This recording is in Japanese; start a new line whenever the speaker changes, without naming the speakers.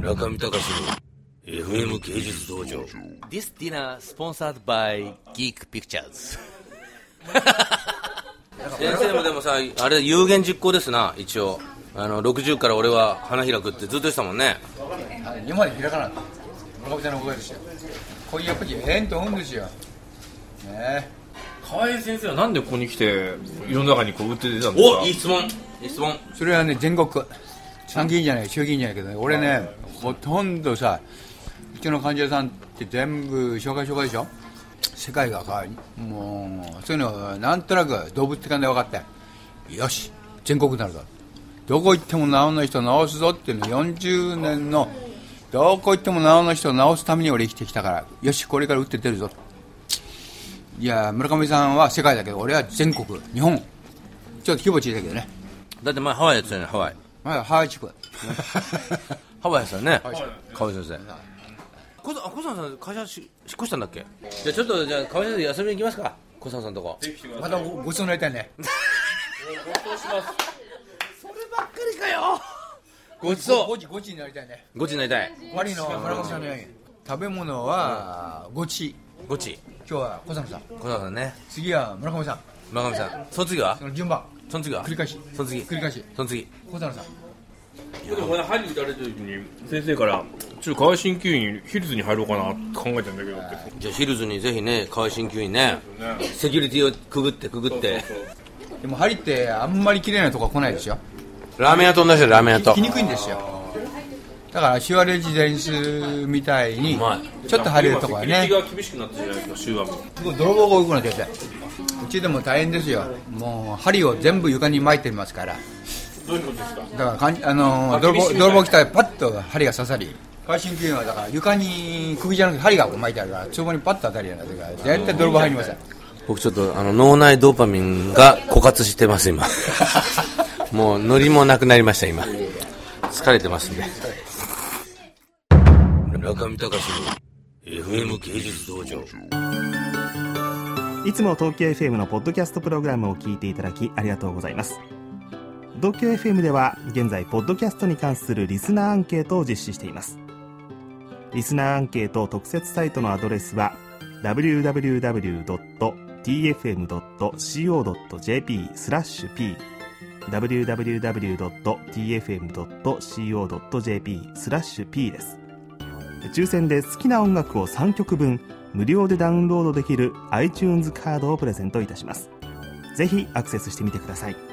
中見隆の FM 芸術道場
This dinner sponsored by Geek Pictures
先生もでもさあれ有言実行ですな一応あの60から俺は花開くってずっと言ってたもんね
今まで開かなかった村上さんのおかげですよこういうやっぱり変と思うんですよねえ
河合先生はなんでここに来て世の中にこう売って出たんですか
おいい質問いい質問
それはね全国参議院じゃない衆議院じゃないけどね俺ねほとんどさうちの患者さんって全部紹介紹介でしょ世界が変わりもうそういうのなんとなく動物って感じで分かってよし全国になるぞどこ行っても治らない人治すぞっていうの40年のどこ行っても治らない人を治すために俺生きてきたからよしこれから打って出るぞいや村上さんは世界だけど俺は全国日本ちょっと規模小さいけどね
だって前ハワイやってたよねハワ イ
まだハワイ地区
ハワイさんね河合先生小山あ小山さん会社し引っ越したんだっけじゃあちょっとじゃあ河合先生休みに行きますか小山さんとこ
またごごちそうになりたいね
ごちそ
ごちごちになりたいね
うごちになりたい
悪いのは村上さんのように食べ物はごち
ごち
今日は小山さん
小山さんね
次は村上さん
真上さんその次は
その順番
その次は
繰り返し
その次
繰り返し
その次
小山さん
でもこれ入りに行かれた時に先生からちょっと河合鍼灸院ヒルズに入ろうかなって考えてんだけどって
じゃあヒルズにぜひね河合鍼灸院ねセキュリティをくぐってくぐって
でも針ってあんまり綺麗なとこは来ないですよ
ラーメン屋と同じだよラーメン屋と
来にくいんですよだからシュワレジデンスみたいに
うま
ちょっと針るとこはね
セキュリティが厳しくなってるじゃないですか週はも
すごい泥棒が多くなっちゃってうちでも大変ですよもう針を全部床に巻いてますから
どういうことですか
だからかん、あのー泥棒泥棒来たらパッと針が刺さり海神球はだから床に釘じゃなくて針が巻いてあるから帳簿にパッと当たりやなだから絶対泥棒入りません
僕ちょっとあの脳内ドーパミンが枯渇してます 今もうノリもなくなりました今疲れてますんで村上隆の FM 芸術道場
いつも東京 FM のポッドキャストプログラムを聞いていただきありがとうございます。東京 FM では現在、ポッドキャストに関するリスナーアンケートを実施しています。リスナーアンケート特設サイトのアドレスは www.tfm.co.jp スラッシュ p www.tfm.co.jp スラッシュ p です。抽選で好きな音楽を3曲分無料でダウンロードできる iTunes カードをプレゼントいたしますぜひアクセスしてみてください